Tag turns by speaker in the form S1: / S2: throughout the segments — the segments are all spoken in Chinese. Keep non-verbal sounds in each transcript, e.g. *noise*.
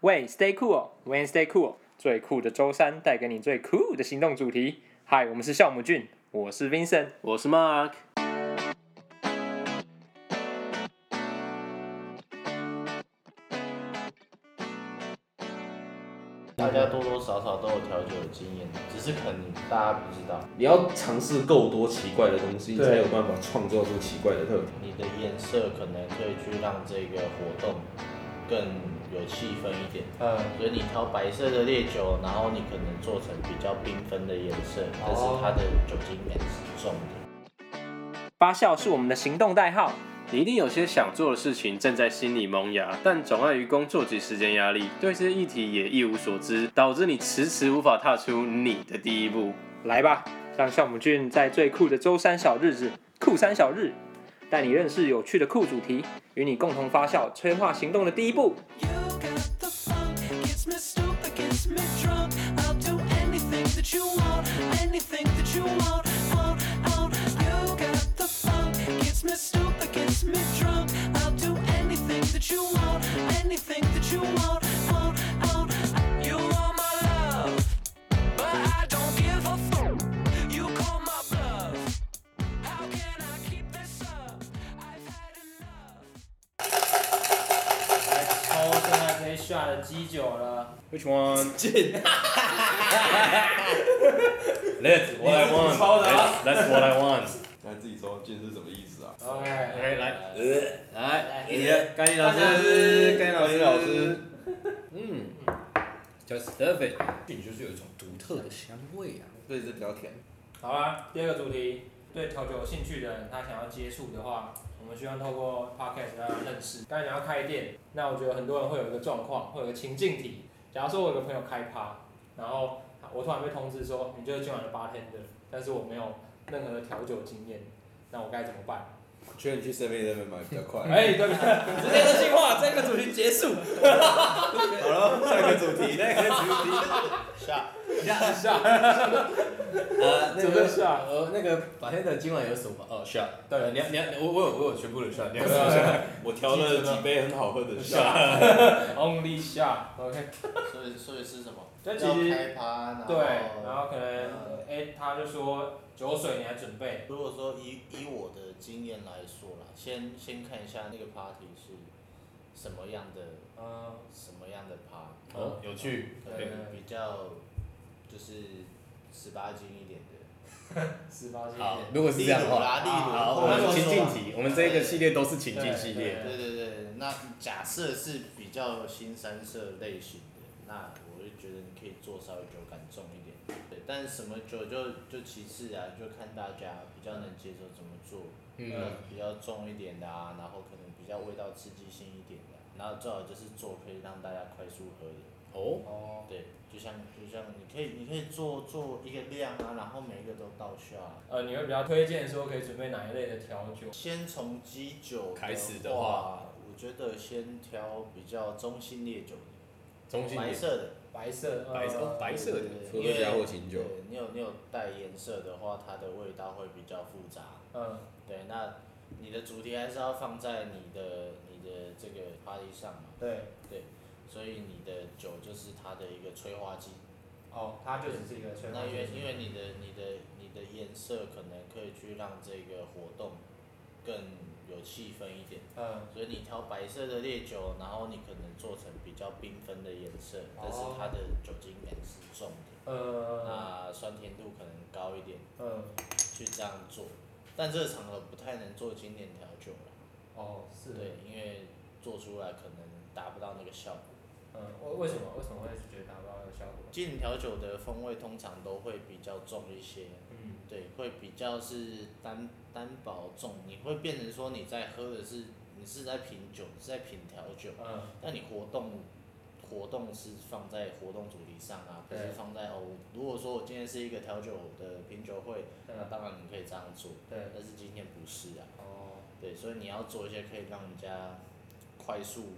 S1: 喂，Stay cool，When Stay cool，最酷的周三带给你最酷的行动主题。嗨，我们是酵母菌，我是 Vincent。
S2: 我是 Mark。
S3: 大
S4: 嗯
S3: 家多多少少都有调酒的经验，只是可能大家不知道。
S5: 你要尝试够多奇怪的东西，你
S3: 对
S5: 才有办法创造出奇怪的特点。
S3: 你的颜色可能可以去让这个活动更有气氛一点。
S4: 嗯，
S3: 所以你调白色的烈酒，然后你可能做成比较缤纷的颜色，但是
S4: 哦
S3: 它的酒精感是重的。
S1: 发酵是我们的行动代号，
S2: 你一定有些想做的事情正在心里萌芽，但总碍于工作及时间压力，对这些议题也一无所知，导致你迟迟无法踏出你的第一步。
S1: 来吧，让酵母菌在最酷的周三小日子——酷三小日，带你认识有趣的酷主题，与你共同发酵，催化行动的第一步。
S6: You got the funk, gets me stupid, gets me drunk. I'll do anything that you want, anything that you want, want, want. You got the funk, gets me stupid, gets me drunk. I'll do anything that you want, anything that you want, want, want. You want my love, but I don't give a fuck. You call my bluff. How can I keep this up? I've had enough.
S4: 来抽现在可以下的基酒了。
S5: Which
S2: *laughs*
S5: one?
S3: 进
S5: That's what I want. That's, that's what I want.
S3: 那自己说进是什么意思啊？
S4: OK，
S5: 来来，呃，
S2: 来，
S5: 耶，
S2: 哎甘霖
S4: 老师
S2: 甘
S3: 甘霖老师，
S2: 嗯，Just love it，你就是有一种独特的香味啊。
S3: 所以是比较甜。
S4: 好啦，第二个主题，对调酒有兴趣的人，他想要接触的话，我们希望透过 podcast 让他认识。当然你要开店，那我觉得很多人会有一个状况，会有一个情境题。假如说我有个朋友开趴，然后我突然被通知说，你就是今晚的 bartender，但是我没有任何的调酒经验，那我该怎么办？
S3: 觉得你去 Seven Eleven 买比较快。
S4: 哎、对不对？ *laughs* 直接的计划，这个主题结束。
S3: 好了，下一个主题，那个主
S2: *laughs*
S3: 题。下
S2: 呃，那
S4: 准备
S2: 个
S4: 下
S2: 呃，那个白天的今晚有什么？哦，下。
S4: 对
S2: 呃你要你要我我有我有全部的下，你要
S5: 我调了几杯很好喝的下。
S4: 啊 Only shot，OK、
S3: *laughs* 所以所以是什么？
S4: 但其实
S3: 要开趴，然后
S4: 对，然后可能哎、他就说酒水你还准备，
S3: 如果说以以我的经验来说啦，先先看一下那个 party 是什么样的
S4: 嗯、
S3: 什么样的 party，、
S2: 哦，有趣。
S3: 可
S4: 对
S3: 能呃比较就是十八禁一点的。
S4: 十八禁
S2: 好，如果是这样的
S3: 例如
S2: 话啊
S3: 啦，例如
S2: 好，
S3: 后
S2: 我
S3: 面
S2: 们
S3: 说
S2: 情境
S3: 说
S2: 题，我们这一个系列都是情境系
S4: 对
S2: 列
S4: 对。
S3: 对对对，那假设是比较新三色类型的，那我就觉得你可以做稍微酒感重一点。对，但是什么酒就就其次啊，就看大家比较能接受怎么做。
S2: 嗯
S3: 呃，比较重一点的啊，然后可能比较味道刺激性一点的啊、然后最好就是做可以让大家快速喝的。
S2: 哦，
S4: 哦，
S3: 对，就像就像你可以你可以做做一个量啊，然后每一个都倒下、啊。
S4: 呃，你会比较推荐说可以准备哪一类的调酒？
S3: 先从基酒
S2: 开始的
S3: 的
S2: 话，
S3: 我觉得先挑比较中性烈酒的，
S2: 中心
S3: 白
S2: 点
S3: 色的。
S4: 白色，呃、
S2: 白色哦白色的
S3: 对对对
S5: 除了
S3: 因为
S5: 加或琴酒
S3: 对你有你有带颜色的话，它的味道会比较复杂。
S4: 嗯，
S3: 对，那你的主题还是要放在你的你的这个 party 上嘛，
S4: 对，
S3: 所以你的酒就是它的一个催化剂。
S4: 哦，它就只是一个吹泡
S3: 那因为因
S4: 酒，
S3: 为你的你的你的颜色可能可以去让这个活动更有气氛一点，
S4: 嗯，
S3: 所以你挑白色的烈酒，然后你可能做成比较缤纷的颜色，但
S4: 哦
S3: 是它的酒精感是重的，
S4: 呃，
S3: 那酸甜度可能高一点，
S4: 嗯，
S3: 去这样做。但这个场合不太能做经典调酒了。
S4: 哦，是，
S3: 对，因为做出来可能达不到那个效果。
S4: 嗯，为为什么为什么会觉得达不到那个效果？
S3: 经典调酒的风味通常都会比较重一些，
S4: 嗯，
S3: 对，会比较是单单薄重，你会变成说你在喝的是你是在品酒，是在品调酒，
S4: 嗯，
S3: 但你活动活动是放在活动主题上啊，不
S4: 对
S3: 是放在哦。如果说我今天是一个调酒的品酒会，那
S4: 嗯，
S3: 当然你可以这样做，
S4: 对，
S3: 但是今天不是啊。
S4: 哦，
S3: 对，所以你要做一些可以让人家快速、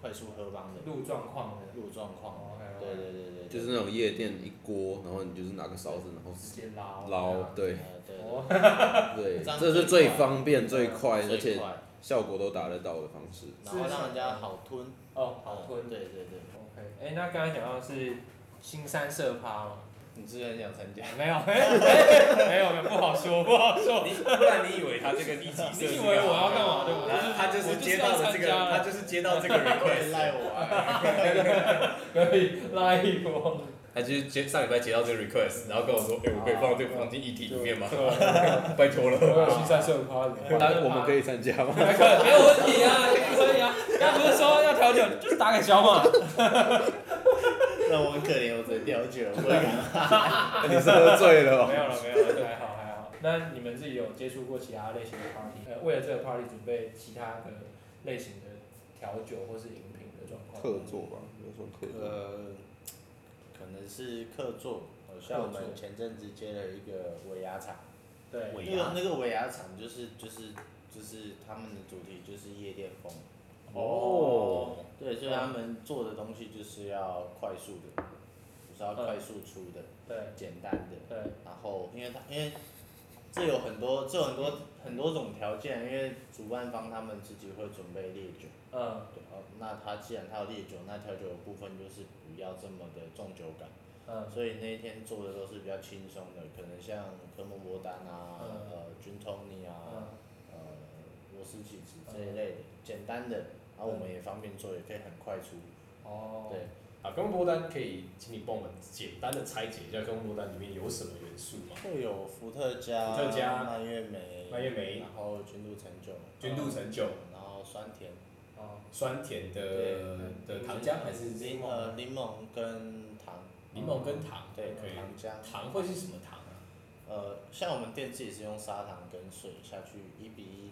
S3: 快速喝帮的
S4: 路状况的，
S3: 入状况。啊
S4: 哦，OK，OK
S3: 对对对对，
S5: 就是那种夜店一锅，然后你就是拿个勺子，然后
S4: 直接捞，
S5: 捞，
S3: *laughs*
S5: 对
S3: 呃对对
S4: 哦，
S5: 对，
S3: 这样
S5: 这
S3: 最
S5: 是最
S3: 快
S5: 方便、最快，而
S3: 最
S5: 且
S3: 快，
S5: 效果都达得到的方式。
S3: 然后让人家好吞，嗯
S4: 哦，好吞。
S3: 对对对，
S4: OK，哎、那刚才讲到是新三社趴吗？
S3: 你之前想参加？
S4: 没有，没有，没有，不好说，不好
S5: *laughs*
S4: 说。
S5: *laughs* 不然你以为他这个第几
S2: *laughs*
S4: 你以为我要干嘛？对不对？
S5: 他就是接到了这个，他就是接到这
S3: *laughs*
S5: 个
S3: 会
S5: request，
S3: 赖我啊！
S4: 可以哦拉一波。
S5: 他就是接上礼拜接到这个 request，然后跟我说，哎，我可以放这个放进议题里面吗？拜托
S4: 啊我有
S5: 了。
S4: 新三社趴的。
S2: 那我们可以参加吗？
S4: 没有问题啊，可以啊。刚刚不是说要调酒，就是打给小
S5: *laughs*
S4: 马。
S3: 那我很可怜，我只能调酒，我不会敢。 *laughs*
S2: 你是喝醉了
S5: 哦
S4: 没有了，没有了，还好还好。那你们自己有接触过其他类型的 party？呃，为了这个 party 准备其他的类型的调酒或是饮品的状况？
S7: 客座吧，有什么客座？
S3: 呃，可能是客座，好像我
S4: 客座
S3: 们前阵子接了一个尾牙厂，
S4: 对，
S3: 那
S5: 尾
S3: 个
S5: 牙
S3: 那个尾牙厂就是就是就是他们的主题就是夜店风，
S4: 哦，
S3: 对，所以他们做的东西就是要快速的，就是要快速出的，
S4: 对
S3: 简单的，
S4: 对
S3: 然后因为他因为这有很多这有很多很多种条件，因为主办方他们自己会准备烈酒，
S5: 啊
S4: 嗯
S3: 对，哦，那他既然他有烈酒，那调酒的部分就是不要这么的重酒感，
S5: 啊
S4: 嗯
S3: 所以那一天做的都是比较轻松的，可能像科莫波丹啊，
S4: 嗯
S3: 呃，君托尼啊，
S4: 嗯，
S3: 呃，罗斯起子这一
S5: 啊
S3: 类的，简单的，然后我们也方便做，也可以很快出，
S4: 哦，
S3: 对，
S5: 啊，跟波丹可以，请你帮我们简单的拆解一下跟波丹里面有什么元素吗？
S3: 会有伏特加、
S5: 伏特加
S3: 蔓越莓、
S5: 蔓越莓
S3: 然后君度橙酒，
S5: 君度橙酒，
S3: 然后酸甜，
S4: 哦，
S5: 酸甜
S3: 对
S5: 的的糖浆还是
S3: 柠呃柠檬跟糖，
S5: 柠檬跟糖？
S3: 对，
S5: 可以。
S3: 糖浆，
S5: 糖会是什么糖啊？
S3: 呃，像我们店自己是用砂糖跟水下去一比一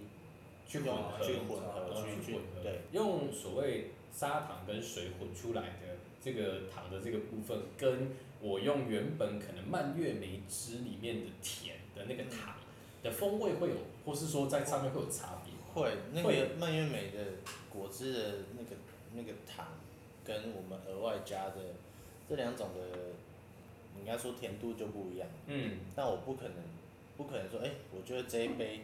S5: 去混
S3: 用
S5: 合，
S3: 去混合
S5: 去
S3: 去
S5: 去
S3: 去
S5: 混合，
S3: 对，
S5: 用所谓砂糖跟水混出来的这个糖的这个部分，跟我用原本可能蔓越莓汁里面的甜的那个糖
S3: 嗯
S5: 的风味会有，或是说在上面会有差别吗。
S3: 会那
S5: 会
S3: 个蔓越莓的果汁的那个那个糖，跟我们额外加的这两种的，应该说甜度就不一样。
S5: 嗯，
S3: 但我不可能不可能说，哎、我觉得这一杯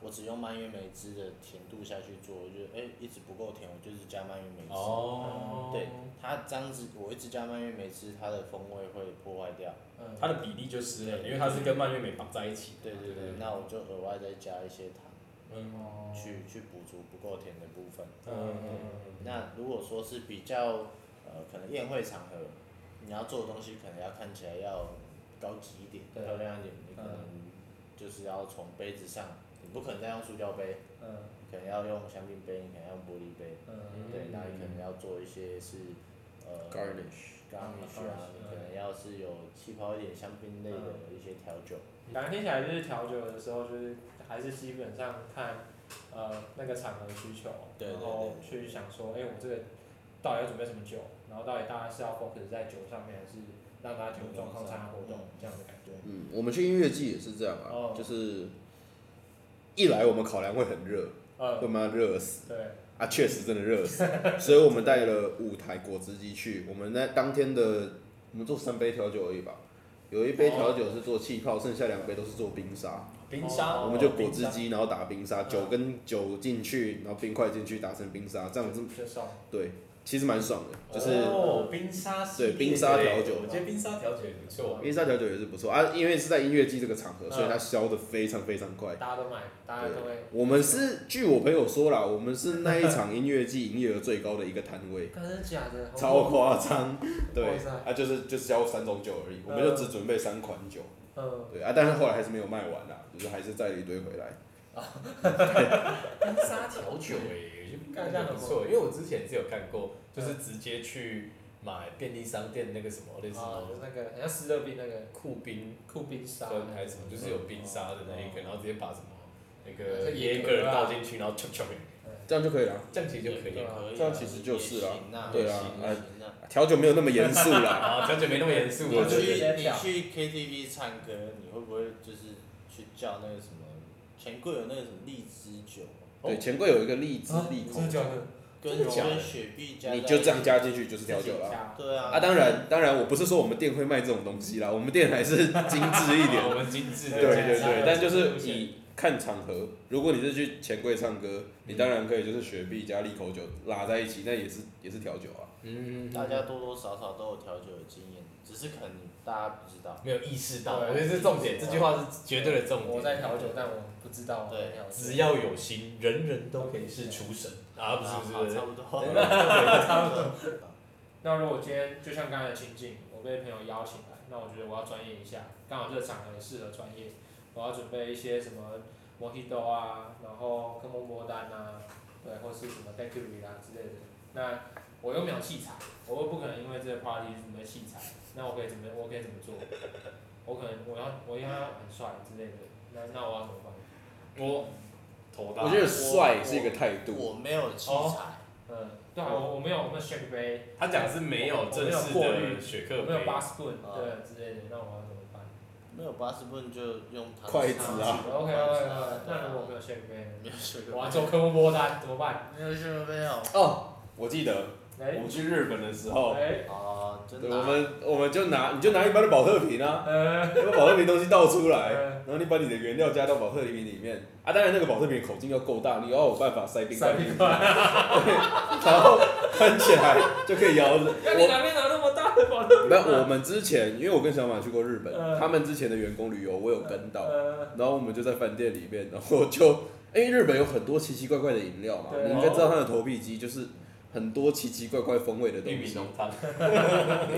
S3: 我只用蔓越莓汁的甜度下去做，我觉得哎、一直不够甜，我就是加蔓越莓汁。
S5: 哦，
S3: 对，它这样子，我一直加蔓越莓汁，它的风味会破坏掉。
S4: 嗯，
S5: 它的比例就是了，因为它是跟蔓越莓绑在一起的
S3: 对
S5: 嘛。
S3: 对
S5: 不
S3: 对，那我就额外再加一些糖，
S5: 嗯
S4: 哦，
S3: 去去补足不够甜的部分。
S5: 嗯
S3: 那如果说是比较呃，可能宴会场合，你要做的东西可能要看起来要高级一点、
S4: 对
S3: 漂亮一点，你可能
S4: 嗯
S3: 就是要从杯子上，你不可能再用塑胶杯，
S4: 嗯
S3: 你可能要用香槟杯，你可能要用玻璃杯，
S4: 嗯
S3: 对，那你可能要做一些是呃
S7: Garnish
S3: garnish 啊，
S4: 嗯
S3: 你可能要是有气泡一点香槟类的一些调酒，
S4: 感觉听起来就是调酒的时候，就是还是基本上看呃那个场合需求，
S3: 对
S4: 然
S3: 对
S4: 后
S3: 对
S4: 去想说，哎、我这个到底要准备什么酒，然后到底大家是要 focus 在酒上面，还是让大家酒状况参加活动
S3: 嗯
S4: 这样的感觉？
S7: 嗯，我们去音乐季也是这样啊，
S4: 哦
S7: 就是一来我们考量会很热，会
S4: 呃，
S7: 妈热死。
S4: 对，
S7: 啊，确实真的热死，所以我们带了五台果汁机去。我们那当天的，我们做三杯调酒而已吧，有一杯调酒是做气泡，剩下两杯都是做冰沙。
S5: 冰沙，
S3: 哦
S7: 我们就果汁机，然后打冰沙，酒跟酒进去，然后冰块进去打成冰沙，这样子
S4: 就送
S7: 对，其实蛮爽的，就是
S5: 哦，冰沙系列
S7: 对冰沙调酒
S5: 我觉得冰沙调酒也不错。
S7: 冰沙调酒也是不错啊，因为是在音乐季这个场合，所以它消的非常非常快。
S4: 大家都买，大家都会
S7: 对，我们是据我朋友说啦，我们是那一场音乐季营业额最高的一个摊位。
S4: 真的假的？好
S7: 超夸张，对
S4: 哇塞，
S7: 啊，就是就是要三种酒而已，我们就只准备三款酒，
S4: 嗯，
S7: 对啊，但是后来还是没有卖完啦，就是还是带了一堆回来，
S5: 冰沙调酒哎、就
S4: 干
S5: 这样不错，因为我之前是有看过，就是直接去买便利商店那个什么类似什
S4: 啊，就
S5: 么
S4: 是那个很像斯乐冰那个
S5: 酷冰
S4: 酷冰沙，
S5: 分还是什么，就是有冰沙的那一个，
S3: 嗯
S5: 然后直接把什么那
S4: 这
S5: 个
S4: 椰
S5: 椰
S4: 格
S5: 格
S4: 啊
S5: 倒进去，然后咻咻，
S7: 这样就可以了。
S5: 这样其实就可以
S4: 对
S5: 了。
S4: 啊
S3: 可以啊
S7: 这样其实就是啦
S3: 也行啊
S7: 对
S3: 也
S7: 啊
S3: 行
S7: 哎
S3: 也行啊
S7: 调酒没有那么严肃啦，
S4: *laughs*
S5: 啊，调酒没那么严肃
S3: 你
S5: 啊，
S4: 就
S3: 去
S4: 是直接
S3: 你
S4: 跳
S3: 去 KTV 唱歌，你会不会就是去叫那个什么？钱柜有那个什么荔枝酒，
S7: 对，钱柜有一个荔枝利口
S4: 哦真的，假的？
S3: 跟
S5: 真的假的
S3: 跟雪碧加在一
S7: 你
S3: 起
S7: 就这样加进去就是调酒啦。
S3: 对啊，
S7: 啊，当然当然，我不是说我们店会卖这种东西啦，我们店还是精致一
S5: 啊
S7: 点，
S5: 我们精致的，
S7: 对对对，但就是
S5: 以
S7: 以看场合，如果你是去钱柜唱歌，你当然可以就是雪碧加利口酒拉在一起，那也是也是调酒啊。
S2: 嗯，
S3: 大家多多少少都有调酒的经验，只是可能大家不知道。
S5: 没有意识到，
S4: 对
S5: 我觉得这是重点，这句话是绝对的重
S4: 我在
S5: 点。
S4: 调酒，但我不知道啊我在调酒。
S5: 只要有心，人人都可以是厨神啊！不是不
S3: 好
S5: 是
S3: 差，不多。
S5: 差
S3: 不多。
S4: 那如果今天就像刚才的情境，我被朋友邀请来，那我觉得我要专业一下，刚好这个场合也适合专业，我要准备一些什么 Mojito 啊，然后科莫波丹啊，对，或是什么 d a c u r i 啊之类的。那我又没有器材，我又不可能因为这个 party 准备器材，那我可以怎么，我可以怎么做？我可能我要我要很帅之类的，那那我要怎么办？
S5: 我头大。
S7: 我觉得帅是一个
S3: *laughs*
S7: 态度，
S3: 我没有器材，
S5: 哦
S4: 嗯，对啊，我我没有我没有 shake 杯，
S5: 他讲的是没有正式的雪
S4: 我
S5: 克
S4: 没有
S5: 杯，
S4: 八 spoon，
S3: 啊
S4: 对之类的，那我要怎么办？
S3: 没有八十分就用汤匙
S7: 筷子啊
S4: OK OK，那如果没有炫飞呢，
S3: 啊没有学
S4: 我要做科目波单怎么办？
S3: 没有学没有。
S7: 哦，我记得我
S4: 哎
S7: 们去日本的时候，
S4: 哎
S3: 哦，真
S7: 对，
S3: 的
S7: 我
S3: 啊。
S7: 们我们就拿你就拿一般的保特瓶啊，
S4: 呃，
S7: 把保特瓶东西倒出来，
S4: 嗯
S7: 然后你把你的原料加到保特瓶里面啊，当然那个保特瓶口径要够大，你要有办法塞冰块
S4: 三
S7: 进去
S4: 平，块，
S7: 然后翻起来就可以摇。
S4: 那你
S7: 我
S4: 哪边拿那么大的保
S7: *laughs*
S4: 特瓶？
S7: 那我们之前，因为我跟小马去过日本，
S4: 嗯
S7: 他们之前的员工旅游我有跟到，
S4: 呃，
S7: 然后我们就在饭店里面，然后就因为日本有很多奇奇怪怪的饮料嘛，
S4: 对
S7: 你应该知道它的头皮鸡就是很多奇奇怪怪风味的东
S5: 玉米
S7: 西，
S5: 浓汤，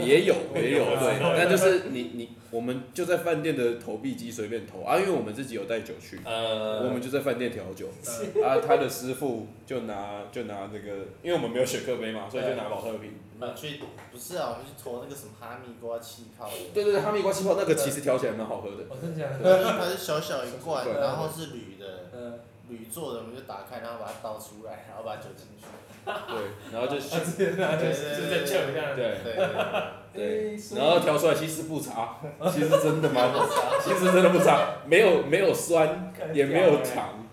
S7: 也 *laughs* 有也有
S5: 我有
S7: 对，那就是你你我们就在饭店的投币机随便投啊，因为我们自己有带酒去，
S5: 呃，
S7: 我们就在饭店调酒，啊，他的师傅就拿就拿这个，因为我们没有雪克杯嘛，所以就拿保特瓶。
S3: 你们去不是啊？我们去投那个什么哈密瓜气泡的。
S7: *laughs* 对对对，哈密瓜气泡那个其实调起来蛮好喝的。
S4: 我真的假的？
S3: 它是小小一罐，
S7: 对
S3: 然后是铝的，
S4: 呃，
S3: 铝做的，我们就打开，然后把它倒出来，然后把酒进去。
S7: 对，然后就
S4: 啊，之类的，就是在这样。
S7: 对
S3: 对对对，
S7: 对，然后调出来其实不差，哎其实真的蛮好，
S3: 对
S7: *laughs* 其实真的不差，没有没有酸，也没有糖。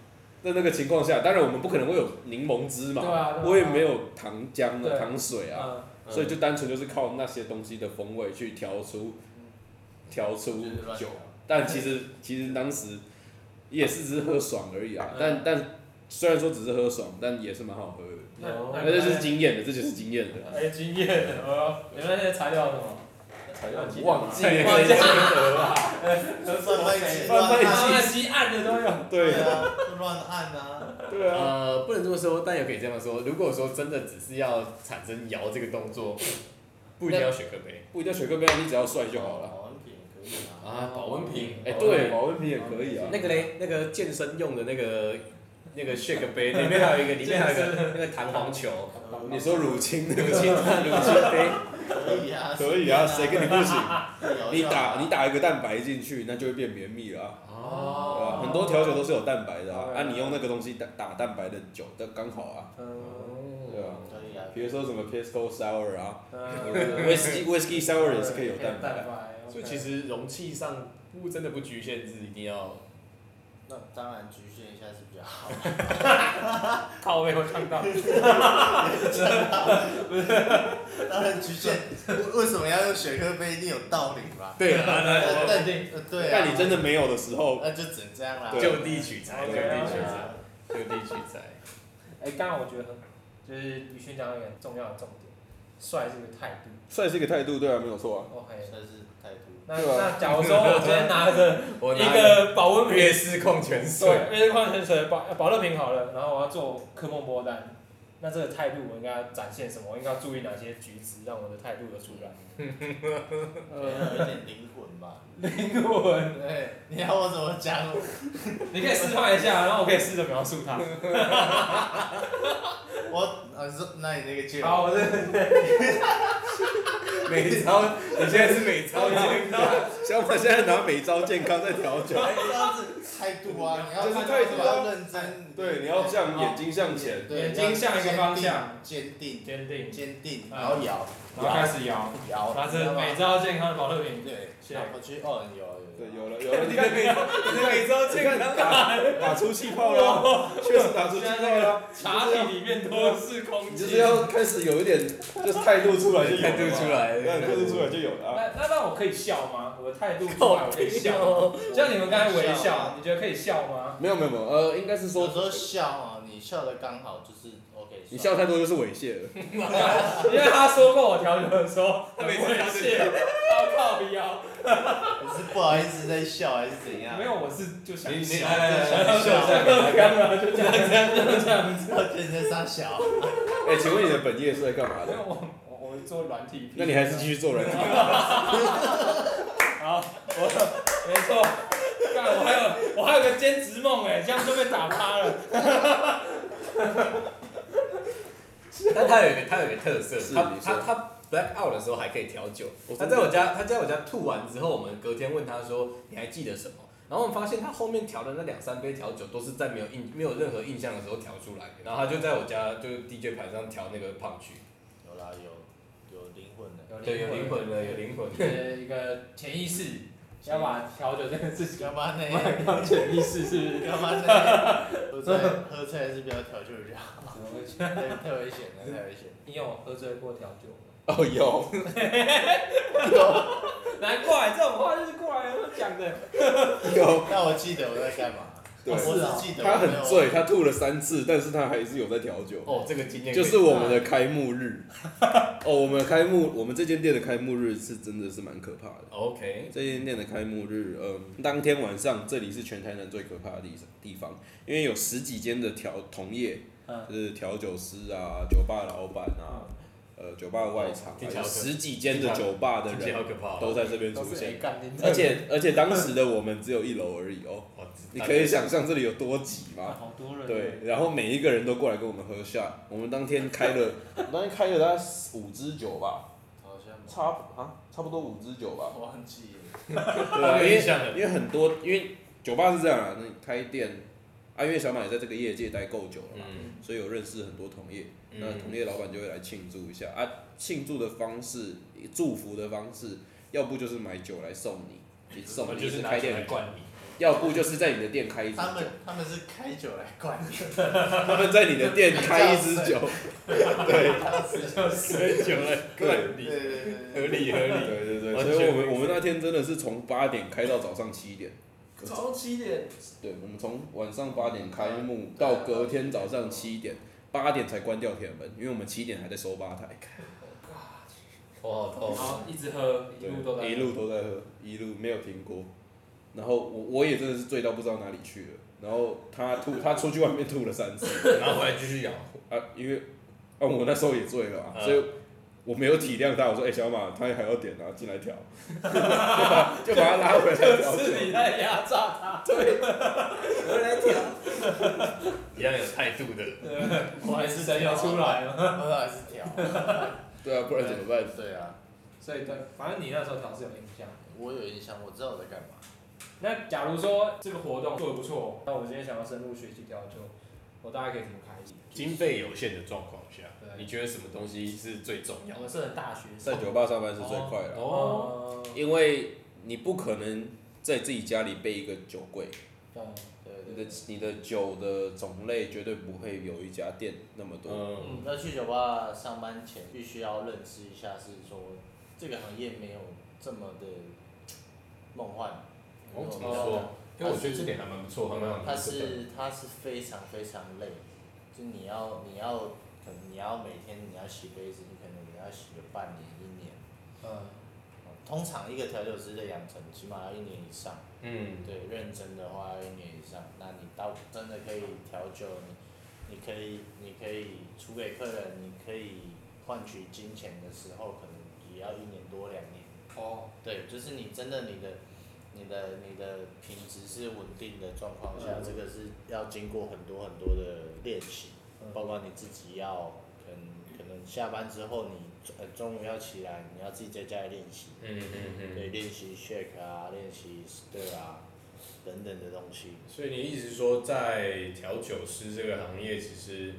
S7: 在那个情况下，当然我们不可能会有柠檬汁
S4: 对啊
S7: 嘛，
S4: 对啊
S7: 我也没有糖浆
S4: 对
S7: 啊、糖水啊，
S4: 啊，
S5: 嗯
S7: 所以就单纯就是靠那些东西的风味去调出调出
S3: 就是乱调。
S7: 酒但其实其实当时也是只是喝爽而已啊
S4: 嗯，
S7: 但但虽然说只是喝爽，但也是蛮好喝的。
S4: 那
S7: 那
S4: 那
S7: 这就是经验的，这就是经验的啊。
S4: 哎经验哦，你们那些材料什么？
S7: 忘记了
S4: 忘记
S3: 贩卖机
S7: 贩
S3: 乱
S7: 卖机
S4: 他
S3: 按，
S4: 们西岸的都有。
S7: 对啊，
S3: 啊，就乱按啊。
S7: 对啊。
S5: 呃，不能这么说，但也可以这样说。如果说真的只是要产生摇这个动作，不一定要雪克杯
S7: 不一定要雪克杯啊，你只要帅就好了。
S3: 保温瓶也可以啊。
S5: 啊，保温瓶。
S7: 哎、对，保温瓶也可以啊。
S5: 那个嘞，那个健身用的那个那个 shake 杯，里面还有一个，里面还有一个那个弹簧球，
S7: 你说乳清那
S5: 乳
S7: 个
S5: 清乳清杯，
S3: 可以啊，
S7: 可以啊，谁
S3: 随
S7: 跟
S3: 便 *laughs*
S7: 你不行？
S3: 啊
S7: 你打你打一个蛋白进去，那就会变绵密了啊、对吧、
S4: 哦
S7: 很多调酒都是有蛋白的啊，
S4: 对
S7: 啊，你用那个东西打打蛋白的酒，那刚好啊，对吧、
S3: 可以啊，
S7: 比如说什么 Pisco
S4: *laughs*
S7: Sour 啊
S4: 嗯，
S7: ，Whisky Whisky Sour 也是可以有蛋白啊。
S4: 白
S5: 所以其实容器上不真的不局限是一定要
S3: 那当然局限一下是比较好。
S4: 靠背我看到，
S3: 当然局限，为为什么要用雪克杯？一定有道理吧？
S5: 对啊，
S3: 但
S5: 那
S3: 但
S4: 定
S3: 呃对啊，
S7: 但你真的没有的时候，
S3: 那就只能这样啦。
S7: 对
S5: 就地取材，就
S4: 对
S5: 地
S4: 啊
S5: 取
S3: 对
S5: 材
S3: 啊，
S5: 就地取材。
S4: 哎、刚刚我觉得很，就是宇轩讲到一个很重要的重点，帅是个态度。
S7: 帅是一个态度，对啊，没有错啊。
S4: OK，
S3: 算是态度。
S4: 那
S7: 对啊
S4: 那假如说我今天拿着
S5: 我拿
S4: 一个保温
S5: 月
S4: 瓶，
S5: 式矿泉水，
S4: 对，一个矿泉水保保乐瓶好了，然后我要做科梦波丹，那这个态度我应该展现什么？我应该注意哪些举止，让我的态度有出来？
S3: 可能有一点灵魂吧。
S4: 灵
S3: *laughs*
S4: 魂，
S3: 对，你要我怎么讲？
S4: 你可以示范一下，然后我可以试着描述它。
S3: 我呃，是那你那个借
S4: 好，
S3: 我
S4: 我是
S5: 美超，你现在是美超健康，
S7: 像我现在拿每招健康在调酒，
S3: 哎这样子态度啊，你要
S7: 就是
S3: 看
S7: 态度啊
S3: 你要认 *laughs* 真。
S7: 对，你要像眼睛向前，
S3: 对
S4: 眼睛向一个方向，
S3: 坚定，
S4: 坚定，
S3: 坚定，
S4: 嗯
S3: 然后摇，
S4: 然后开始摇，
S3: 摇，
S4: 它
S3: 你知
S4: 是
S3: 道吗
S4: 每招健康的保乐
S3: *laughs*
S4: 瓶。
S3: 对，
S4: 是
S3: 然后去哦，有有
S7: 对，
S3: 有。
S7: 有了有了，
S5: 你
S7: 你
S5: 的
S7: 看
S5: 美，你的美超
S7: 你
S5: 健
S7: 看
S5: 康。
S7: 打打出气泡
S4: *laughs*
S7: 了啊，确实打出气泡了啊。
S4: 茶体里面都是空
S7: 你
S4: 气
S7: 就。是要开始有一点，就是态度出来就有了嘛
S5: 态度出来
S7: 对态度出来就有了啊。
S4: 那那让我可以笑吗？我的态度出来，我可以
S3: *laughs*
S4: 笑。像你们刚才微笑，你觉得可以笑吗？
S7: 没有没有没有，呃，应该是
S3: 有
S7: 说
S3: 时候笑啊，你笑的刚好就是 OK。
S7: 你笑太多就是猥亵了。
S4: 因为他说过我调酒的时候，
S2: 他每次调酒
S4: 谢，他靠腰，
S3: 你是不好意思在笑还是怎样
S4: 没？有，我是就想
S2: 你你
S4: 笑。
S2: 来来来来，笑
S4: 刚刚就这样这样这样子。
S3: 我觉得傻小，
S7: 哎、请问你的本业是在干嘛
S4: 没有
S7: 的？
S4: 我我我们做软体，
S7: 那你还是继续做人体？啊
S4: 好，我没错。干，我还有我还有个兼职梦哎，这样就被打趴了。
S8: 但他有一个他有一个特色，
S7: 是
S8: 他
S7: 你说
S8: 他他 black out 的时候还可以调酒
S7: 哦。
S8: 他
S7: 真的
S8: 在我家他在我家吐完之后，我们隔天问他说你还记得什么？然后我们发现他后面调的那两三杯调酒都是在没有印没有任何印象的时候调出来的。然后他就在我家就是 DJ 盘上调那个胖
S3: *laughs*
S8: 曲，
S3: 有啦有有灵魂的，
S8: 对，有灵魂的，有灵魂的。
S4: 是一个潜意识，要把调酒这件事情
S3: 干嘛呢？
S4: 当潜意识，是不是？
S3: 干嘛呢？喝醉喝醉还是不要调酒比较好，太太危险了，太危险。
S4: 你有喝醉过调酒吗？
S7: 哦，有，
S4: 难怪这种话就是过来人讲的。
S3: *laughs*
S7: 有，
S3: 那我记得我在干嘛？
S7: 对
S3: 我只记得
S7: 他
S3: 我哦没
S7: 很
S3: 有
S7: 醉，他吐了三次，但是他还是有在调酒。
S8: 哦，这个经验可
S7: 就
S8: 以
S7: 是我们的开幕日，哦，我们开幕，我们这间店的开幕日是真的是蛮可怕的。
S8: OK。
S7: 这间店的开幕日，嗯，当天晚上这里是全台南最可怕的地地方，因为有十几间的调同业，
S4: 嗯
S7: 就是调酒师啊、酒吧老板啊、呃酒吧外场啊，
S8: 听起来
S7: 有
S8: 好可
S7: 十几间的酒吧的
S8: 听起来
S7: 人
S8: 好可怕哦
S7: 都在这边
S4: 都
S7: 出
S4: 是
S7: 现
S4: 谁，干的？
S7: 而且而且当时的我们只有一楼而已哦，
S8: 哇
S7: 你可以想象这里有多挤
S8: 啊
S7: 吗？
S4: 好多人。
S7: 对，，然后每一个人都过来跟我们喝下。我们当天开了， *laughs* 我们当天开了大概五支酒吧，
S3: 好像没
S7: 差不啊差不多五支酒吧。
S3: 有忘记了。
S7: 对啊，因
S8: 有印
S7: 为
S8: 象了
S7: 因为很多，因为酒吧是这样啊，那你开店，啊，因为小马也在这个业界待够久了嘛，
S8: 嗯
S7: 所以有认识很多同业，那
S8: 嗯
S7: 同业老板就会来庆祝一下啊。庆祝的方式，祝福的方式，要不就是买酒来送你，你送
S8: 我嗯
S7: 你
S8: 就是是拿
S7: 开
S8: 酒来
S7: 店，
S8: 灌
S4: *laughs*
S8: 你，
S7: 要不就是在你的店开一支
S3: 他们 *laughs*
S7: 酒，
S3: 他们是开酒来灌你， *laughs*
S7: 他们在你的店开一
S8: *laughs*
S7: 支酒，对。
S8: 就是酒来灌
S3: 对
S8: 你，
S3: 对对
S8: 合
S3: 对，
S8: 理合理。
S7: 对对对，
S8: 完
S7: 所
S8: 全
S7: 以我们我们那天真的是从八点开到早上七点，
S4: 早上七点，
S7: 对，我们从晚上八点开幕到隔天早上七点，八点才关掉铁门，因为我们七点还在收吧台，
S8: 头好痛
S4: 然后一直喝，一
S7: 对
S4: 路都在喝。
S7: 一路都在喝，一路没有停过。然后我我也真的是醉到不知道哪里去了，然后他 *laughs* 吐，他出去外面吐了三次
S8: 然后回来继续咬。
S7: 啊，因为啊我那时候也醉了啊，
S8: 嗯
S7: 所以。我没有体谅他，我说：“哎、小马，他还要点啊，进来 *laughs* 调， *laughs* 就把就把他拉回来调酒。”
S4: *laughs* 是
S8: *laughs*
S4: 你
S3: 哎
S4: 在压榨他，
S8: 一样有态度的。
S4: 我还是 *laughs* 真要出来了。
S3: 我还是调。
S7: 对啊，不然怎么办？
S3: 对啊，
S4: 所以对，反正你那时候调是有影响。
S3: 我有印象，我知道我在 *laughs* 干嘛。
S4: 那假如说这个活动做的不错，那我今天想要深入学习调酒，我大概可以怎么开始？
S8: 经费有限的状况下，
S4: 对
S8: 你觉得什么东西是最重要
S4: 我
S8: 的？
S4: 们是很大学生
S7: 在。酒吧上班是最快的，啊
S8: 哦，
S4: 哦，
S7: 因为你不可能在自己家里备一个酒柜，
S4: 嗯
S3: 对
S7: 你
S3: 对
S7: 的你的酒的种类绝对不会有一家店那么多。
S8: 嗯，
S3: 要去酒吧上班前，必须要认识一下，是说这个行业没有这么的梦幻。
S8: 哦，怎
S3: 没有
S8: 么
S3: 那
S8: 说
S3: 么？
S8: 因为我觉得这点还蛮不错，
S4: 嗯
S8: 还蛮有
S3: 它
S8: 特色的。
S3: 是它是非常非常累，就你要你要可能你要每天你要洗杯子，你可能你要洗个半年一年。
S4: 嗯，
S3: 哦通常一个调酒师的养成起码要一年以上，
S8: 嗯，
S3: 对，认真的话要一年以上。那你到真的可以调酒，你你可以你可以出给客人，你可以换取金钱的时候，可能也要一年多两年。
S4: 哦，
S3: 对，就是你真的你的你的你的品质是稳定的状况下，这个是要经过很多很多的练习，
S4: 嗯
S3: 包括你自己要可能可能下班之后你呃中午要起来，你要自己在家里练习，
S8: 嗯嗯嗯。
S3: 对，练习 shake 啊，练习 stir 啊等等的东西。
S8: 所以你意思是说，在调酒师这个行业，其实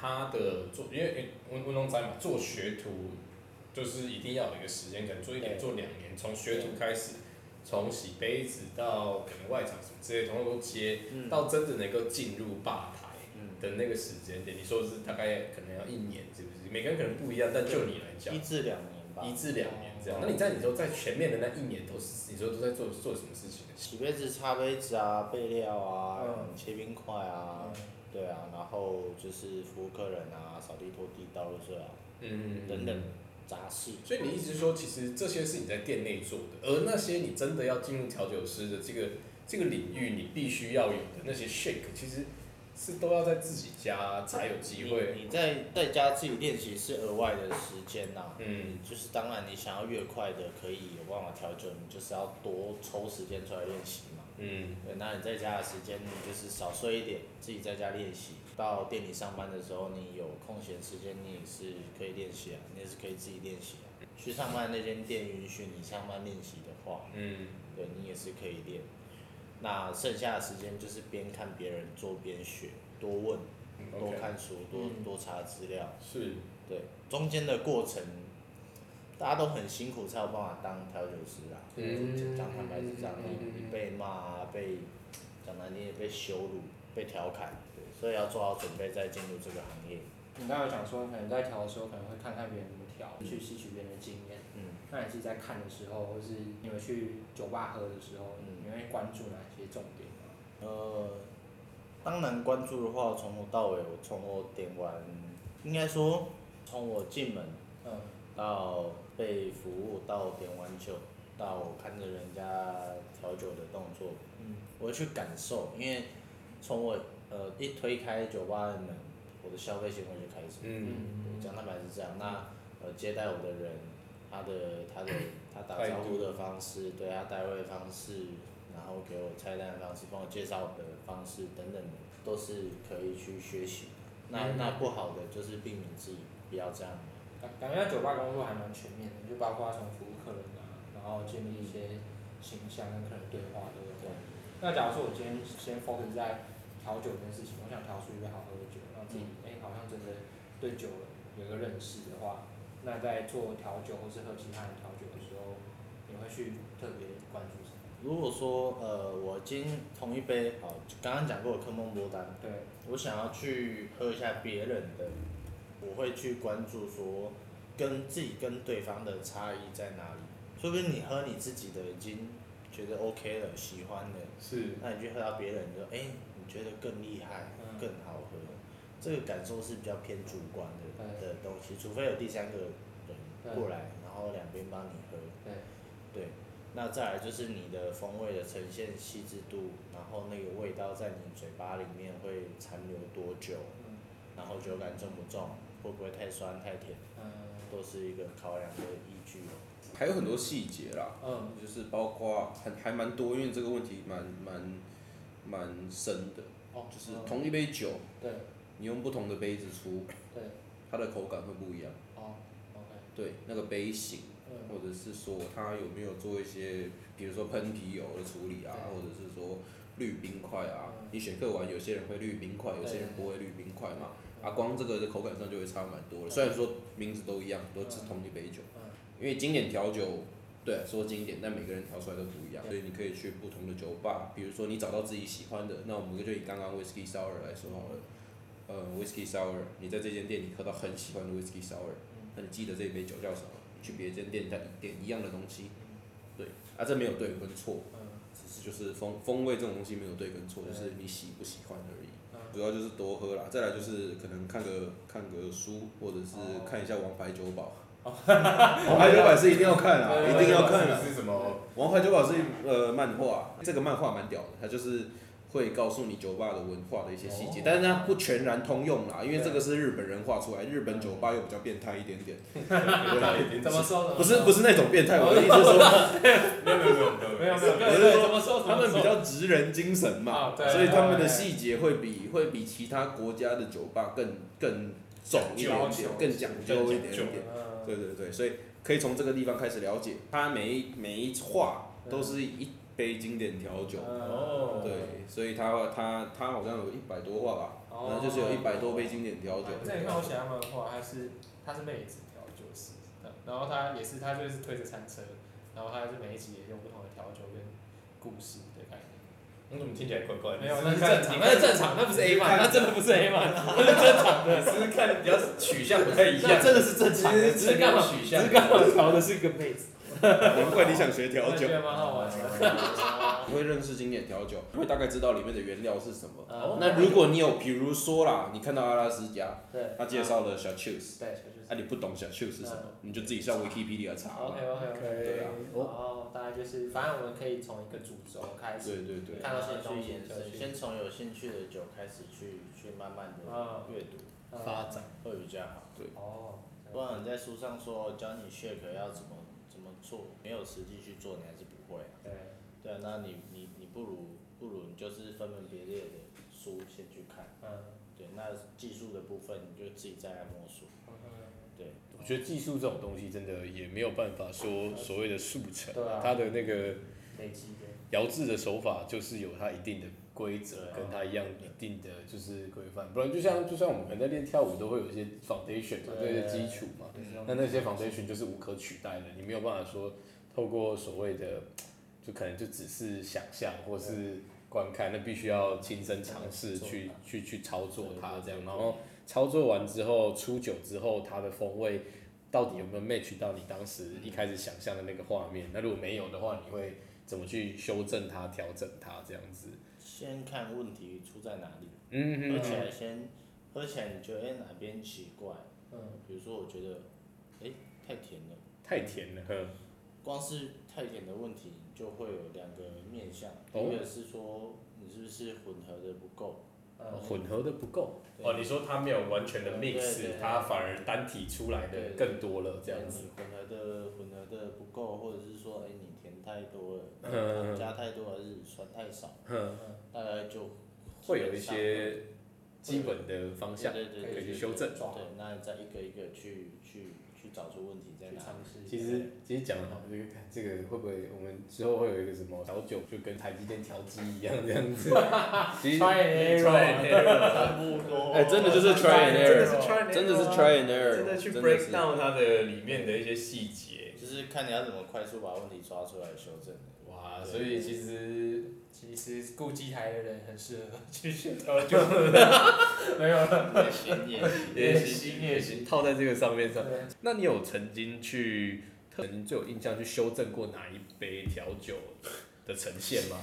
S8: 他的做，因为诶温温龙仔嘛，做学徒就是一定要有一个时间，可能做一年、
S3: 对
S8: 做两年，从学徒开始，从洗杯子到可能外场什么之类，通通都接，
S3: 嗯
S8: 到真的能够进入吧台。
S3: 嗯，
S8: 的那个时间点，你说是大概可能要一年，是不是？每个人可能不一样，但就你来讲
S3: 一，至两年吧，
S5: 一至两年这样。那你在你说在前面的那一年都是你说都在做做什么事情？
S3: 洗杯子、擦杯子啊、备料啊、
S4: 嗯
S3: 切冰块啊，对啊，然后就是服务客人啊、扫地、拖地、倒垃圾啊
S5: 嗯
S3: 等等杂事。
S5: 所以你意思是说，其实这些是你在店内做的，而那些你真的要进入调酒师的这个这个领域，你必须要有的那些 shake，其实是都要在自己家才有机会。
S3: 你你在在家自己练习是额外的时间呐、
S5: 嗯，
S3: 就是当然，你想要越快的可以有办法调整，你就是要多抽时间出来练习嘛。
S5: 嗯，
S3: 对，那你在家的时间你就是少睡一点，自己在家练习。到店里上班的时候，你有空闲时间，你也是可以练习啊，你也是可以自己练习啊。去上班那间店允许你上班练习的话，
S5: 嗯，
S3: 对你也是可以练。那剩下的时间就是边看别人做边学，多问，多
S5: 嗯 OK
S3: 看书，多
S4: 嗯
S3: 多查资料。
S5: 是，
S3: 对，中间的过程，大家都很辛苦才有办法当调酒师啊。
S5: 嗯
S3: 讲坦白是这样，
S5: 嗯
S3: 你被骂啊，被讲难听点被羞辱，被调侃，对，所以要做好准备再进入这个行业。
S4: 你刚才有讲说，可能在调的时候可能会看看别人怎么调，去吸取别人的经验。
S3: 嗯，
S4: 那你自己在看的时候，或是你们去酒吧喝的时候，
S3: 嗯
S4: 你会关注哪些重点吗？
S3: 呃，当然关注的话，从头到尾，我从我点完，应该说从我进门
S4: 嗯，
S3: 到被服务到点完酒，到我看着人家调酒的动作，
S4: 嗯，
S3: 我会去感受，因为从我呃一推开酒吧的门，我的消费行为就开始。
S5: 嗯，
S3: 讲坦白是这样，那呃接待我的人，他的他的他打
S5: 态
S3: 招呼
S5: 度
S3: 的方式，对他待位的方式，然后给我菜单的方式，帮我介绍的方式等等的，都是可以去学习的。那那不好的就是避免自己不要这样。
S4: 感感觉在酒吧工作还蛮全面的，就包括从服务客人啊，然后建立一些形象跟客人对话都有关。那假如说我今天先 focus 在调酒这件事情，我想调出一杯好喝的酒，让自己
S7: 嗯
S4: 哎、好像真的对酒有个认识的话，那在做调酒或是喝其他人调酒的时候，你会去特别关注什么？
S3: 如果说呃我今天同一杯哦，刚刚讲过的科梦波丹，
S4: 对，
S3: 我想要去喝一下别人的，我会去关注说跟自己跟对方的差异在哪里。说不定你喝你自己的已经觉得 OK 了，喜欢了，
S5: 是，
S3: 那你去喝到别人的，哎、你觉得更厉害
S4: 嗯，
S3: 更好喝，这个感受是比较偏主观的
S4: 对
S3: 的东西，除非有第三个
S4: 对
S3: 人过来，然后两边帮你喝。
S4: 对，
S3: 对，那再来就是你的风味的呈现细致度，然后那个味道在你嘴巴里面会残留多久，
S4: 嗯
S3: 然后酒感重不重，会不会太酸太甜，
S4: 嗯
S3: 都是一个考量的依据。哦
S7: 还有很多细节啦，
S4: 嗯，
S7: 就是包括很还蛮多，因为这个问题蛮蛮蛮深的，
S4: 哦，
S7: 就是同一杯酒，
S4: 对
S7: 你用不同的杯子出，
S4: 对，
S7: 它的口感会不一样。
S4: 哦，OK，
S7: 对，那个杯型，
S4: 嗯
S7: 或者是说它有没有做一些，比如说喷皮油的处理啊，
S4: 对
S7: 或者是说滤冰块啊
S4: 嗯。
S7: 你选课完，有些人会滤冰块，有些人不会滤冰块嘛。
S4: 嗯
S7: 啊，光这个的口感上就会差蛮多了。虽然说名字都一样，都是同一杯酒
S4: 嗯，
S7: 因为经典调酒，对，说经典，但每个人调出来都不一样，
S4: 对
S7: 所以你可以去不同的酒吧，比如说你找到自己喜欢的，那我们就以刚刚 whiskey sour 来说好了。呃，whiskey sour，你在这间店你喝到很喜欢的 whiskey sour，那
S4: 嗯
S7: 你记得这杯酒叫什么？你去别间店再点一样的东西，对，啊，这没有对跟错，
S4: 嗯
S7: 只是就是风风味这种东西没有对跟错，
S4: 对
S7: 就是你喜不喜欢而已。
S4: 嗯
S7: 主要就是多喝啦，再来就是可能看个看个书，或者是看一下《王牌酒保》 *laughs* 王牌酒保》是一定要看啦，一定要看啦。
S8: 是什么？
S7: 《王牌酒保》是呃漫画，这个漫画蛮屌的，它就是会告诉你酒吧的文化的一些细节，但是它不全然通用啦，因为这个是日本人画出来，日本酒吧又比较变态一点点。对
S5: 怎么说呢？
S7: 不是不是那种变态，我的意思是说，
S8: 没有没有没有没有
S4: *laughs* 没有没有，
S7: 我是说
S4: 怎么说？
S7: 他们比较直人精神
S4: 啊
S7: 嘛，
S4: 对
S7: 所以他们的细节会比会比其他国家的酒吧更更重一点
S4: 讲究
S7: 点，更讲究
S8: 更
S7: 一点
S8: 讲究
S7: 点。
S4: 嗯，
S7: 对对对，所以可以从这个地方开始了解，它每一每一话都是一杯经典调酒。
S4: 哦
S7: 对，所以它它它好像有一百多话吧，
S4: 哦啊
S7: 然后就是有一百多杯经典调酒。
S4: 那你看我写他漫画，他是他是妹子调酒师，然后他也是他就是推着餐车，然后他是每一集也用不同的调酒跟故事的概念。
S5: 你怎么听起来怪怪的？
S4: 没有，
S5: 那
S4: 那
S5: 是
S4: 看
S5: 正常
S4: 你那是正常，那不是 A 版，那真的不是 A 版，那是正常的。
S5: 只是看你要是取向不太一样
S3: 那，真的是正常的。
S5: 只
S4: 只是
S5: 是
S4: 刚
S5: 刚
S4: 好
S5: 好取
S4: 只
S5: 向
S4: 是。刚好调的是个妹子，
S7: *laughs* 难怪你想学调
S4: 我
S7: 酒
S4: 觉，得蛮好玩的。
S7: 你会认识经典调酒，会大概知道里面的原料是什么。
S4: 哦
S7: 那如果你有，比如说啦，你看到阿拉斯加，
S4: *laughs* 对，
S7: 他介绍了小 choose，
S4: 对，
S7: 那、你不懂小 choose 是什么，你就自己上 Wikipedia 查嘛
S4: OK。OK OK，
S7: 对啊，
S4: 然后大概就是，反正我们可以从一个主轴开始，
S7: 对对对，
S4: 看到新的
S3: 去
S4: 东西
S3: 延
S4: 就
S3: 伸，
S4: 去
S3: 先从有兴趣的酒开始去去慢慢的
S4: 啊
S3: 阅读
S4: 嗯
S3: 发展会比较好。
S4: 哦，
S3: 不然你在书上说教你 shake 要怎么怎么做，没有实际去做，你还是不会啊。
S4: 对，
S3: 对啊，那你你你不如不如你就是分门别类的书先去看，
S4: 嗯，
S3: 对，那技术的部分你就自己再来摸索，对，
S2: 我觉得技术这种东西真的也没有办法说所谓的速成，
S4: 对啊
S2: 它的那个
S4: 累积的，
S2: 摇制的手法就是有它一定的规则，
S3: 啊
S2: 跟它一样一定的就是规范，不然就像就像我们可能在练跳舞都会有一些 foundation 嘛，
S4: 对
S2: 对基础嘛，那那些 foundation 就是无可取代的，你没有办法说透过所谓的就可能就只是想象或是观看，那必须要亲身尝试去去去操作它这样，然后操作完之后出酒之后它的风味。到底有没有 match 到你当时一开始想象的那个画面？那如果没有的话，你会怎么去修正它、调整它这样子。
S3: 先看问题出在哪里，
S2: 嗯
S3: 喝起来先喝起来你觉得哎、哪边奇怪，
S4: 嗯，
S3: 比如说我觉得哎、太甜了，
S2: 太甜了，呵，
S3: 光是太甜的问题就会有两个面向，第
S2: 哦
S3: 一个是说你是不是混合的不够，
S2: 混合的不够。
S3: 对
S5: 哦，你说它没有完全的
S3: 对对
S5: mix，
S3: 对
S5: 它反而单体出来的更多了，这样子。
S3: 你混合的混合的不够，或者是说，哎、你甜太多了，
S2: 嗯
S3: 糖加太多还是酸太少，
S2: 嗯，
S3: 大概就
S2: 会有一些基本的方
S3: 方
S2: 向。
S3: 对对对
S2: 可
S3: 对
S2: 以去修正
S3: 对，那你再一个一个去去去找出问题在
S4: 去
S3: 哪
S4: 尝
S3: 里。
S4: 试一下，
S2: 其实其实讲的好，这个这个会不会我们之后会有一个什么调酒，就跟台积电调机一样这样子？其实
S4: Try and error
S2: and error
S3: 差不多
S7: 哎、真的
S3: 哦
S7: 就是 try
S2: 哦呃
S7: and
S5: 真的是
S7: error，真的是
S5: try and error
S7: try and error，
S5: 真的去
S7: 真
S5: break
S7: 是
S5: down 它的里面的一些细节。
S3: 就是看你要怎么快速把问题抓出来修正。
S5: 哇，所以其实
S4: 其实顾机台的人很适合去学调酒，没有了，
S3: 也行也行，
S4: 也行也行，
S2: 套在这个上面上。
S4: 对，
S2: 那你有曾经去曾经最有印象去修正过哪一杯调酒的呈现吗？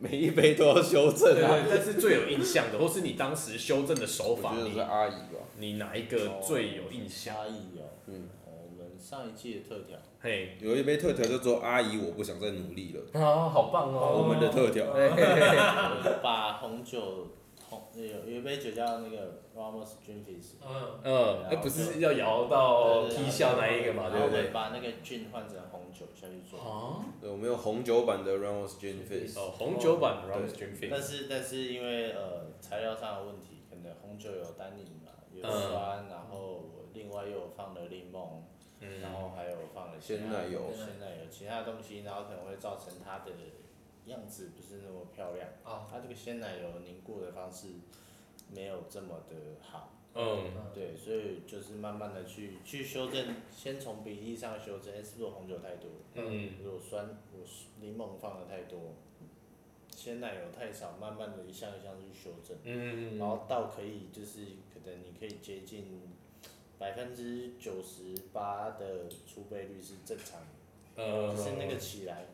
S7: 每一杯都要修
S2: 对
S7: 正啊。
S2: 对，但是最有印象的，或是你当时修正的手
S7: 我
S2: 法，
S7: 觉得是
S2: 你
S7: 阿姨吧，
S2: 你哪一
S3: 哦
S2: 个最有印象？
S3: 差异哦。
S7: 嗯
S3: 哦我们上一季的特
S2: *laughs*
S3: 调，
S2: 嘿，
S7: 有一杯特调叫做阿姨，我不想再努力了，
S2: 啊，好棒
S7: 我
S2: 哦！
S7: 们的特调。
S2: *laughs*
S3: 我把红酒红有有一杯酒叫那个 Ramos Dreamfish，
S4: 嗯，
S2: 嗯，哎，不是要摇到
S3: 对对对
S2: 哦 T 笑那一个嘛，
S3: 然
S2: 对
S3: 后
S2: 不
S3: 我
S2: 对
S3: 们？把那个菌换成红酒下去做，
S2: 哦，
S7: 对，我们有红酒版的 Ramos Gin Fizz，
S2: 哦，红酒版的 r o m
S7: 对
S2: s t r e a m f i
S3: 但
S2: s
S3: 是但是因为呃材料上的问题，可能红酒有单宁嘛，有酸，
S2: 嗯
S3: 然后我另外又有放了柠檬，然后还有放了其他
S7: 鲜奶油
S3: 鲜奶油其他东西，然后可能会造成它的样子不是那么漂亮，
S4: 哦
S3: 它这个鲜奶油凝固的方式没有这么的好。
S2: 嗯，
S3: 对，所以就是慢慢的去去修正，先从比例上修正，哎是不是我红酒太多？
S2: 嗯，
S3: 如果酸，我柠檬放的太多，鲜奶油太少，慢慢的一项一项去修正，
S2: 嗯，
S3: 然后到可以就是可能你可以接近百分之九十八的出杯率是正常的，
S2: 呃
S3: 就是那个起来，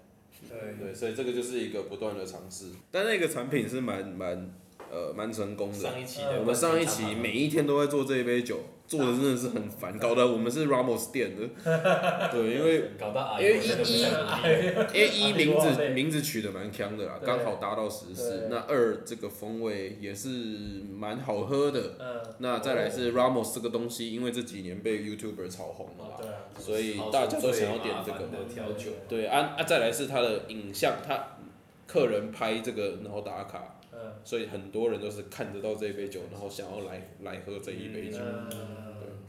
S4: 对，
S7: 对，所以这个就是一个不断的尝试。但那个产品是蛮蛮呃蛮成功的。
S2: 上一期
S4: 呃
S2: 的
S7: 我们上一期每一天都在做这一杯酒，做的真的是很
S4: 啊
S7: 烦，搞得我们是 Ramos 店的。
S4: *laughs*
S7: 对，因为
S5: 搞到阿
S7: 因为
S5: 姨真的不
S7: 一
S5: 想努力
S4: 哎
S5: 了。
S7: A 一名
S4: 哇
S7: 字
S4: 对
S7: 名字取得蛮强的啦，啊
S4: 对
S7: 刚好搭到时事
S4: 对。
S7: 那二这个风味也是蛮好喝的。
S4: 嗯，
S7: 那再来是 Ramos 这个东西，因为这几年被 YouTuber 炒红了
S4: 哦
S7: 啦，
S4: 对啊，
S7: 所以大家都想要点这
S5: 最麻
S7: 个
S5: 烦。的调酒，
S7: 对啊啊，再来是他的影像，他客人拍这个然后打卡，
S4: 嗯，
S7: 所以很多人都是看得到这一杯酒，然后想要来来喝这一杯酒。
S4: 嗯，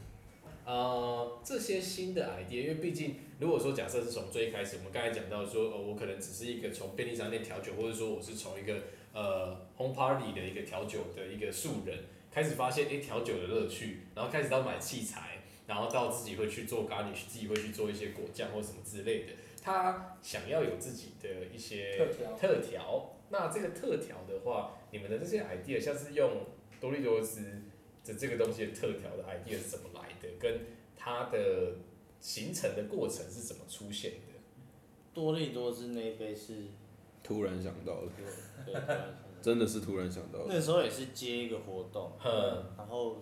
S5: 呃，这些新的 idea，因为毕竟如果说假设是从最一开始，我们刚才讲到说，呃，我可能只是一个从便利商店调酒，或者说我是从一个呃 home party 的一个调酒的一个素人，开始发现诶调酒的乐趣，然后开始到买器材，然后到自己会去做 garnish，自己会去做一些果酱或什么之类的。他想要有自己的一些
S4: 特调
S5: 特调，那这个特调的话，你们的这些 idea 像是用多利多斯的这个东西的特调的 idea 是怎么来的，跟它的形成的过程是怎么出现的？
S3: 多利多汁那一杯是，
S7: 突然想到了，
S3: 对突然想到
S7: 真的是突然想到了。
S3: 那时候也是接一个活动，
S5: 嗯
S3: 然后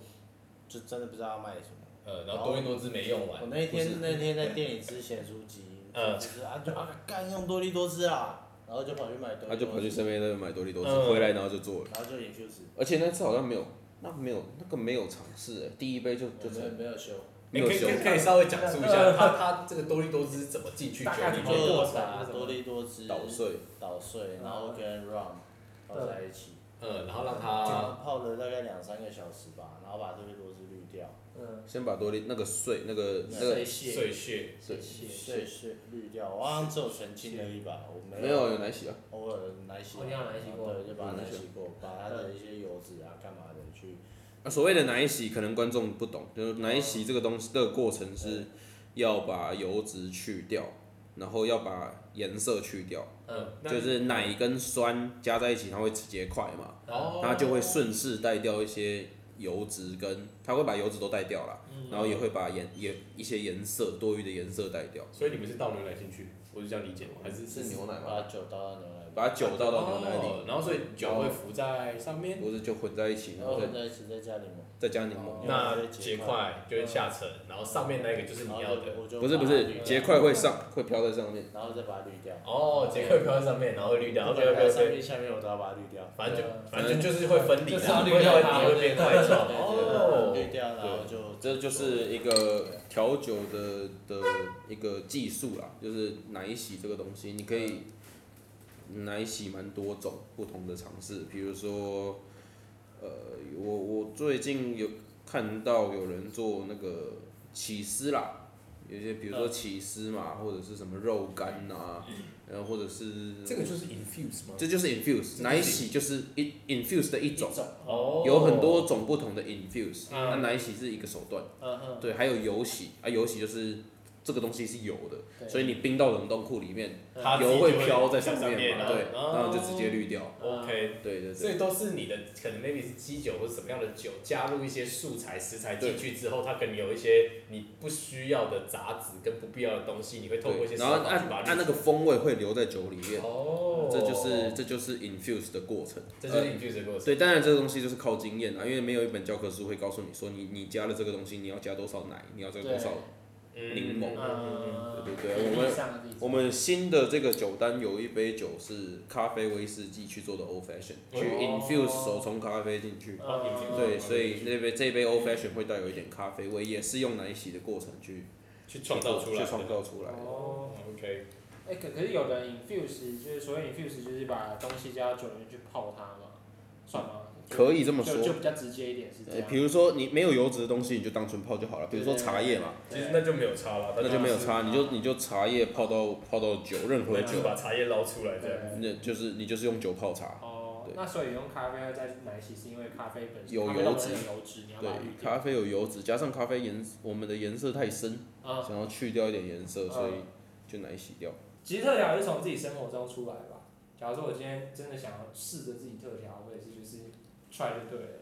S3: 就真的不知道要卖什么。
S5: 呃，然后多利多汁没用完
S3: 我，那一天那天在店里吃咸酥鸡，
S5: 嗯
S3: 就是啊就啊干用多利多汁啦，然后就跑去买多利多汁，
S7: 他就跑去身边那边买多利多
S5: 嗯
S7: 汁，回来然后就做了。
S3: 然后就 infuse，
S7: 而且那次好像没有，那没有那个没有尝试欸，第一杯就就
S3: 没有
S7: 成
S3: 没有修，
S7: 没
S5: 嗯你
S7: 有
S5: 可以
S7: 修
S5: 可以。可以稍微讲述一 *laughs* 下他他这个多利多汁是怎么进去酒
S4: 大概
S5: 里
S4: 怎
S5: 面
S4: 么做过
S5: 的？
S3: 热
S4: 程啊
S3: 茶
S4: 什么的
S3: 多利多汁
S7: 捣碎，
S3: 捣碎，然后跟 rum 泡在一起，
S5: 嗯，然后让
S3: 然
S5: 它
S3: 后泡了大概两三个小时吧，然后把多利多汁滤掉，
S4: 嗯，
S7: 先把多利那个碎那个那
S3: 碎
S7: 个
S3: 屑
S5: 碎屑，
S7: 碎
S3: 碎屑滤掉，我好像只有纯清的一把，我没
S7: 没有有奶洗啊，
S3: 偶尔奶洗，
S4: 哦你有奶洗过
S3: 对，就把它奶洗过，把它的一些油脂啊干嘛的去，
S7: 啊所谓的奶洗可能观众不懂，就是奶洗这个东西这个过程
S5: 嗯
S7: 是要把油脂去掉，然后要把颜色去掉，
S5: 嗯，那
S7: 就是奶跟酸加在一起，它会结块嘛，
S5: 哦
S7: 它就会顺势带掉一些油脂跟，它会把油脂都带掉啦，
S3: 嗯
S7: 然后也会把颜也一些颜色多余的颜色带掉，
S5: 所以你们是倒牛奶进去，我是这样理解吗？还是
S7: 是牛奶吗？
S3: 把酒倒到牛奶里，
S7: 把酒倒到牛奶里，
S5: 哦然后所以酒会浮在上面，
S7: 不是就混在一起，然
S3: 然后
S7: 后
S3: 哦
S7: 再
S3: 混在一哦起再加柠檬，
S7: 再加柠檬。
S5: 那哦结块就会下沉，然后上面那个就是你
S4: 哦
S5: 要的。
S3: 的
S7: 不是不是，结块会上会飘在上面，
S3: 然后再把它滤掉，
S5: 哦，结块飘在上面，然后会滤掉，
S4: 哦
S5: 然
S3: 不
S5: 后就会
S3: 管它上
S5: 变成，
S3: 面下面我都要把它滤掉，
S5: 反正就
S4: 对
S5: 反正就是会分离，
S4: 就是
S5: 然
S4: 要
S5: 后
S4: 滤
S5: 会
S4: 掉它
S5: 你会变块状。
S3: 对
S5: 哦，
S3: 滤掉然后就
S7: 这就是一个调酒的的一个技术啦，就是奶洗这个东西，你可以奶洗蛮多种不同的尝试，比如说，呃，我我最近有看到有人做那个起司啦，有一些比如说起司嘛，或者是什么肉干呐、然后或者是
S8: 这个就是 infuse 吗？
S7: 这就是 infuse 奶洗就是一 infuse 的一种，哦
S5: 哦，
S7: 有很多种不同的 infuse，
S5: 嗯
S7: 那奶洗是一个手段。
S3: 嗯嗯，
S7: 对，还有油洗啊，油洗就是这个东西是油
S3: 对
S7: 的，所以你冰到冷冻库里面，
S5: 它自己
S7: 油
S5: 就
S7: 会飘在
S5: 上
S7: 上面嘛，对，
S5: 然
S7: 然后就直接滤掉。
S5: OK，
S7: 对对
S5: 所
S7: 对，
S5: 以都是你的，可能 maybe 是基酒或者什么样的酒，加入一些素材食材进去之后，它可能有一些你不需要的杂质跟不必要的东西，你会透过一些
S7: 对，
S5: 手
S7: 然后
S5: 法去
S7: 按
S5: 把它
S7: 按那个风味会留在酒里面，
S5: 哦，
S7: 这就是这就是 infuse 的过程。
S5: 这就是
S7: 呃
S5: infuse 的过程。
S7: 对，当然这个东西就是靠经验啊，因为没有一本教科书会告诉你说你你加了这个东西，你要加多少奶，你要加多少。
S5: 嗯
S7: 呃柠檬
S5: 嗯
S7: 对对对，我们我们新的这个酒单有一杯酒是咖啡威士忌去做的 old fashion，
S5: 哦
S7: 去 infuse 手冲咖啡进去。
S5: 哦
S4: 嗯
S5: infuse
S7: 对，所以那杯这杯 old fashion 会带有一点咖啡味，也是用奶洗的过程去
S5: 去创造出来的，
S7: 去创造出来的。
S4: 哦，
S5: OK，
S4: 哎、可可是有的 infuse 就是所谓 infuse 就是把东西加到酒里面去泡它嘛，算吗？就
S7: 可以这么
S4: 就就
S7: 说，
S4: 比较直接一点是这
S7: 呃，
S4: 样。
S7: 比如说你没有油脂的东西，你就当纯泡就好了。比如说茶叶嘛，
S5: 其实那就没有差了，
S7: 那就没有差，你就你就茶叶泡到泡到酒，任何
S5: 对，就是
S7: 酒，
S5: 把茶叶捞出来这样。
S4: 对
S7: 那就是你就是用酒泡茶。
S4: 哦，
S7: 对
S4: 那所以用咖啡再去奶洗，是因为咖啡本身
S7: 有
S4: 咖啡豆
S7: 油脂
S4: 本身有油脂，你要
S7: 对
S4: 把它滤，掉。
S7: 咖啡有油脂，加上咖啡颜我们的颜色太深，
S5: 哦
S4: 啊，
S7: 想要去掉一点颜色，
S4: 嗯
S7: 所以就奶洗掉。
S4: 其实特调也是从自己生活中出来吧。假如说我今天真的想要试着自己特调，我也是就是 try 就对了。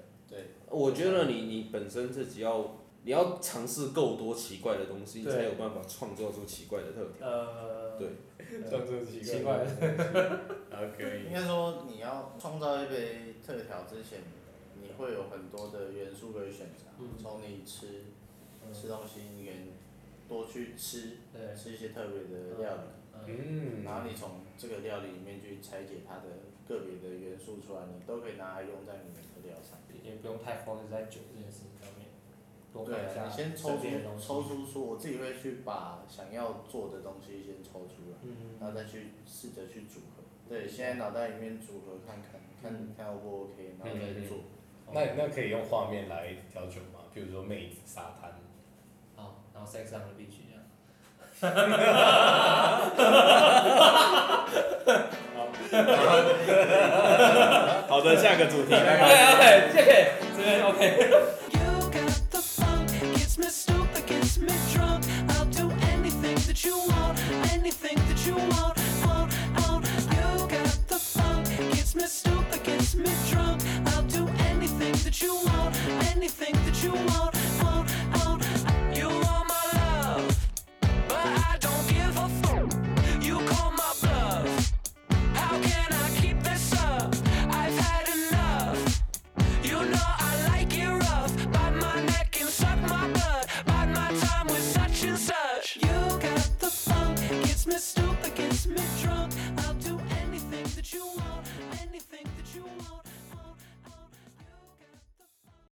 S7: 我觉得你你本身自己要你要尝试够多奇怪的东西，你
S4: 对
S7: 才有办法创造出奇怪的特点。
S4: 呃，
S7: 对
S4: 呃，
S5: 这奇
S4: 奇怪，
S5: ，OK，
S3: 应该说你要创造一杯特调之前，你会有很多的元素可以选择
S4: 嗯，
S3: 从你吃
S4: 嗯
S3: 吃东西，你可能多去吃
S4: 对，
S3: 吃一些特别的料理。
S4: 嗯，
S5: 嗯，
S3: 然后你从这个料理里面去拆解它的个别的元素出来，你都可以拿来用在你的料上。
S4: 也不用太 focus 在酒这件事情上面，多看
S3: 对
S4: 一下
S3: 啊，你先抽
S4: 身边的
S3: 出
S4: 东西
S3: 抽，出说，我自己会去把想要做的东西先抽出来，
S4: 嗯，
S3: 然后再去试着去组合。对，现在脑袋里面组合看看，看看 O 不 OK，然后再
S4: 嗯
S3: 做。
S5: 那那可以用画面来调酒吗？比如说妹子、沙滩。
S4: 好，然后 sex on the beach 这样。
S7: 好的，下个 *laughs* 主
S4: *laughs*
S7: 题。
S4: 哎哎，这个这边 OK。
S6: You got the funk, gets me stupid, gets gets me drunk. I'll do Oh,